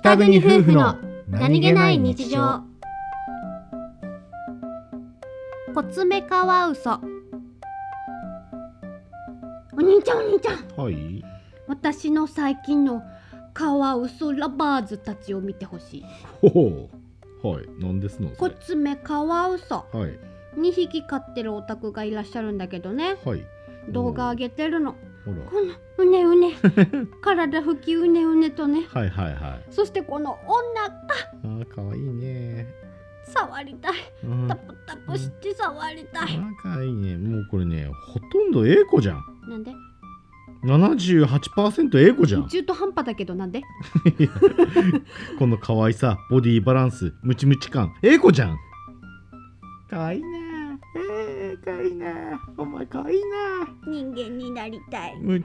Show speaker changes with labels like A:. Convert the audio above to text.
A: 北国夫婦のコツメカワウソお兄ちゃんお兄ちゃん
B: はい
A: 私の最近のカワウソラバーズたちを見てほしい
B: ほほうはい何ですのそ
A: コ
B: れ
A: ツメカワウソ
B: はい
A: 2匹飼ってるお宅がいらっしゃるんだけどね
B: はい
A: 動画上げてるの
B: ほら
A: このうねうね体拭きうねうねとね
B: はいはいはい
A: そしてこの女
B: あーかわいいね
A: 触りたい
B: うん
A: タ
B: あ
A: プタプして触りたい、
B: ーかわいいねもうこれねほとんど英子じゃん
A: なんで
B: 78%英子じゃん
A: 中途半端だけどなんで
B: この可愛さボディバランスムチムチ感英子じゃんかわいいなえー、かわいいなお前かわいいな
A: 人間になりたい
B: む